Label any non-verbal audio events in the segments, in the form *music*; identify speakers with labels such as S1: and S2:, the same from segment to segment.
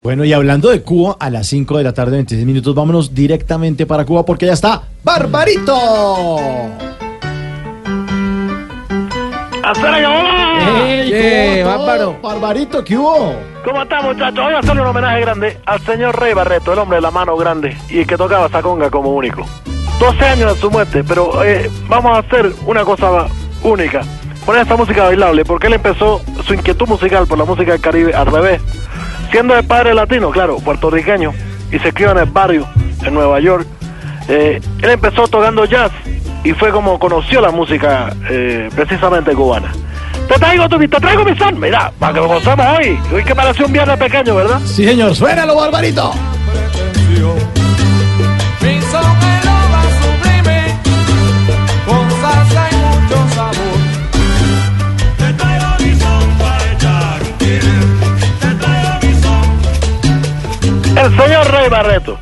S1: Bueno, y hablando de Cuba, a las 5 de la tarde, 26 minutos, vámonos directamente para Cuba porque ya está Barbarito.
S2: ¡Hasta la llamada!
S1: ¡Ey,
S3: Yeah,
S1: cómo todo!
S3: Bárbaro.
S1: ¡Barbarito, qué hubo!
S2: ¿Cómo está, muchachos? Hoy hacerle un homenaje grande al señor Rey Barreto, el hombre de la mano grande y el que tocaba esa conga como único. 12 años de su muerte, pero eh, vamos a hacer una cosa única. Poner esta música bailable, porque él empezó su inquietud musical por la música del Caribe al revés. Siendo de padre latino, claro, puertorriqueño, y se crió en el barrio, en Nueva York. Eh, él empezó tocando jazz y fue como conoció la música eh, precisamente cubana. Te traigo tu, te traigo mi son, mira, para que lo gozamos hoy. Hoy que parece un viernes pequeño, ¿verdad?
S1: Sí, señor, suénalo, Barbarito.
S3: Mi son va sublime, con salsa y mucho sabor. Te traigo mi son para echar un Te traigo mi son.
S2: El señor Rey Barreto,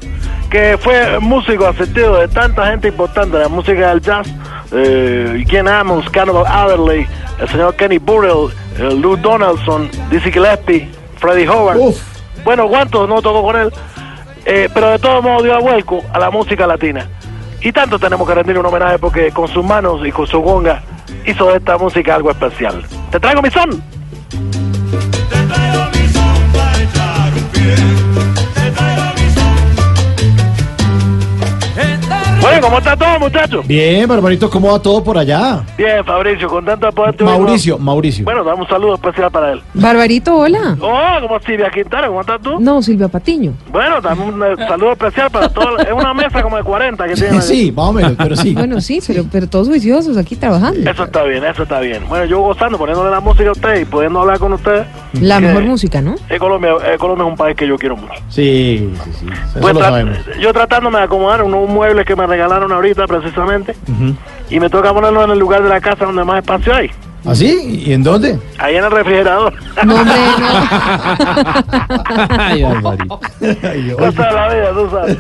S2: que fue músico asistido de tanta gente importante de la música del jazz, eh, Ken Amos, Cannibal Adderley, el señor Kenny Burrell, eh, Lou Donaldson, Dizzy Gillespie, Freddie Howard.
S1: Uf.
S2: Bueno, ¿cuántos no tocó con él? Eh, pero de todos modos dio a vuelco a la música latina. Y tanto tenemos que rendir un homenaje porque con sus manos y con su gonga hizo de esta música algo especial. ¿Te traigo mi son?
S3: Te traigo mi son para echar un Te traigo mi son.
S2: Bueno, ¿cómo está todo, muchachos?
S1: Bien, Barbarito, ¿cómo va todo por allá?
S2: Bien, Fabricio, contento de poderte oír, ¿no?
S1: Mauricio, Mauricio.
S2: Bueno, dame un saludo especial para él.
S4: Barbarito, hola.
S2: Oh, como Silvia Quintana, ¿cómo estás tú?
S4: No, Silvia Patiño.
S2: Bueno, dame un eh, saludo especial para todos. Es una mesa como de 40 que tienen.
S1: *laughs*
S2: ahí.
S1: sí, más o menos, pero *laughs* Ah, sí.
S4: Bueno, sí, pero, pero todos juiciosos aquí trabajando.
S2: Eso está bien, eso está bien. Bueno, yo gozando, poniéndole la música a ustedes y pudiendo hablar con ustedes.
S4: La
S2: que
S4: mejor música, ¿no?
S2: eh, Colombia, eh, Colombia es un país que yo quiero mucho.
S1: Sí, sí, sí. Eso
S2: Pues
S1: lo
S2: tra-
S1: sabemos.
S2: yo tratándome de acomodar unos muebles que me regalaron ahorita precisamente
S1: Ujú.
S2: y me toca ponerlos en el lugar de la casa donde más espacio hay.
S1: ¿Ah, sí? ¿Y en dónde?
S2: Ahí en el refrigerador. *laughs*
S4: No, hombre, no.
S1: *laughs* Ay, Barbarito. Ay,
S2: Cosa de la vida, tú sabes.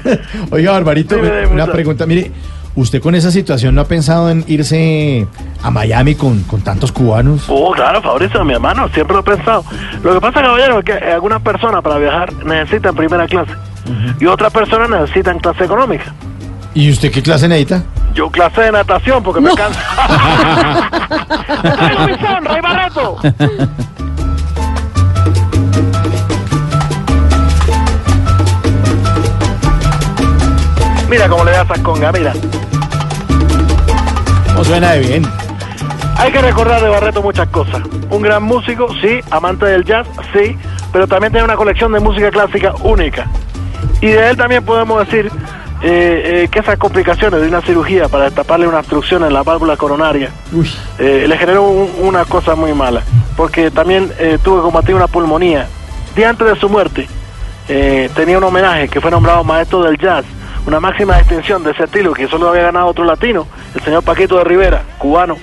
S1: Oiga, Barbarito,
S2: Dime, dime,
S1: una
S2: muchacho.
S1: pregunta. Mire, ¿usted con esa situación no ha pensado en irse a Miami con, con tantos cubanos?
S2: Oh, claro, Fabricio, mi hermano, siempre lo he pensado. Lo que pasa, caballero, es que eh, algunas personas para viajar necesitan primera clase y otras personas necesitan clase económica.
S1: ¿Y usted qué clase necesita?
S2: Yo clase de natación porque me cansa. ¡Ay, Luisón, Rey Barreto! Mira cómo le da esas congas, mira.
S1: No suena de bien.
S2: Hay que recordar de Barreto muchas cosas. Un gran músico, sí, amante del jazz, sí, pero también tiene una colección de música clásica única. Y de él también podemos decir eh, eh, que esas complicaciones de una cirugía para destaparle una obstrucción en la válvula coronaria
S1: Uy.
S2: eh, le generó un- una cosa muy mala, porque también eh, tuvo que combatir una pulmonía. Día antes de su muerte, eh, tenía un homenaje que fue nombrado maestro del jazz, una máxima distinción de ese estilo que solo había ganado otro latino, el señor Paquito de Rivera, cubano.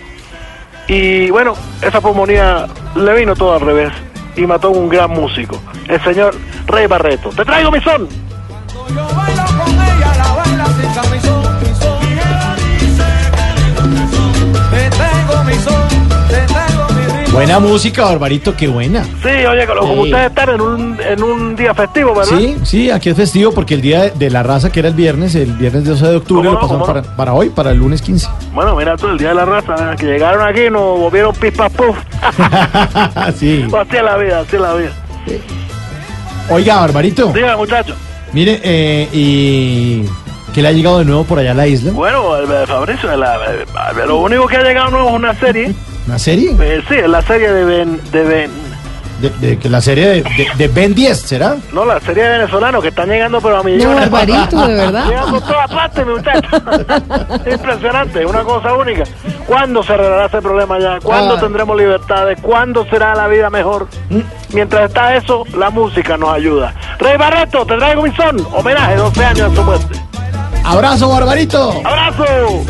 S2: Y bueno, esa pulmonía le vino todo al revés y mató a un gran músico, el señor Rey Barreto. ¡Te traigo mi son!
S3: Cuando yo bailo con ella, la baila sin camisón. Mi jefa dice que le gusta el son. Te traigo mi son, te traigo mi ritmo.
S1: Buena música, Barbarito, qué buena.
S2: Sí, oye, como
S1: Sí.
S2: ustedes están en un, en un día festivo, ¿verdad?
S1: Sí, sí, aquí es festivo porque el día de la raza, que era el viernes, el viernes 12 de octubre,
S2: ¿Cómo
S1: lo
S2: no,
S1: pasaron
S2: cómo
S1: para,
S2: no?
S1: para hoy, para el lunes 15.
S2: Bueno, mira tú, el Día de la Raza, ¿eh? que llegaron aquí y nos volvieron pispas puff.
S1: *laughs* sí.
S2: así es la vida, así es la vida.
S1: Oiga, Barbarito,
S2: Diga, muchachos.
S1: mire, eh, ¿y qué le ha llegado de nuevo por allá a la isla?
S2: Bueno, el, eh, Fabricio, el, eh, lo único que ha llegado nuevo es una serie.
S1: ¿Una serie?
S2: Eh, sí, es la serie de Ben... De ben
S1: de, de que la serie de, de- de Ben 10, ¿será?
S2: No, la serie de venezolanos que están llegando, pero a *laughs*
S4: No,
S2: millones.
S4: Barbarito, de verdad.
S2: Llegan por todas partes, mi muchacho. Impresionante, una cosa única. ¿Cuándo se arreglará ese problema ya? ¿Cuándo
S1: Ay.
S2: tendremos libertades? ¿Cuándo será la vida mejor? Mientras está eso, la música nos ayuda. Rey Barreto, te traigo mi son. Homenaje, 12 años de su muerte.
S1: ¡Abrazo, Barbarito!
S2: ¡Abrazo!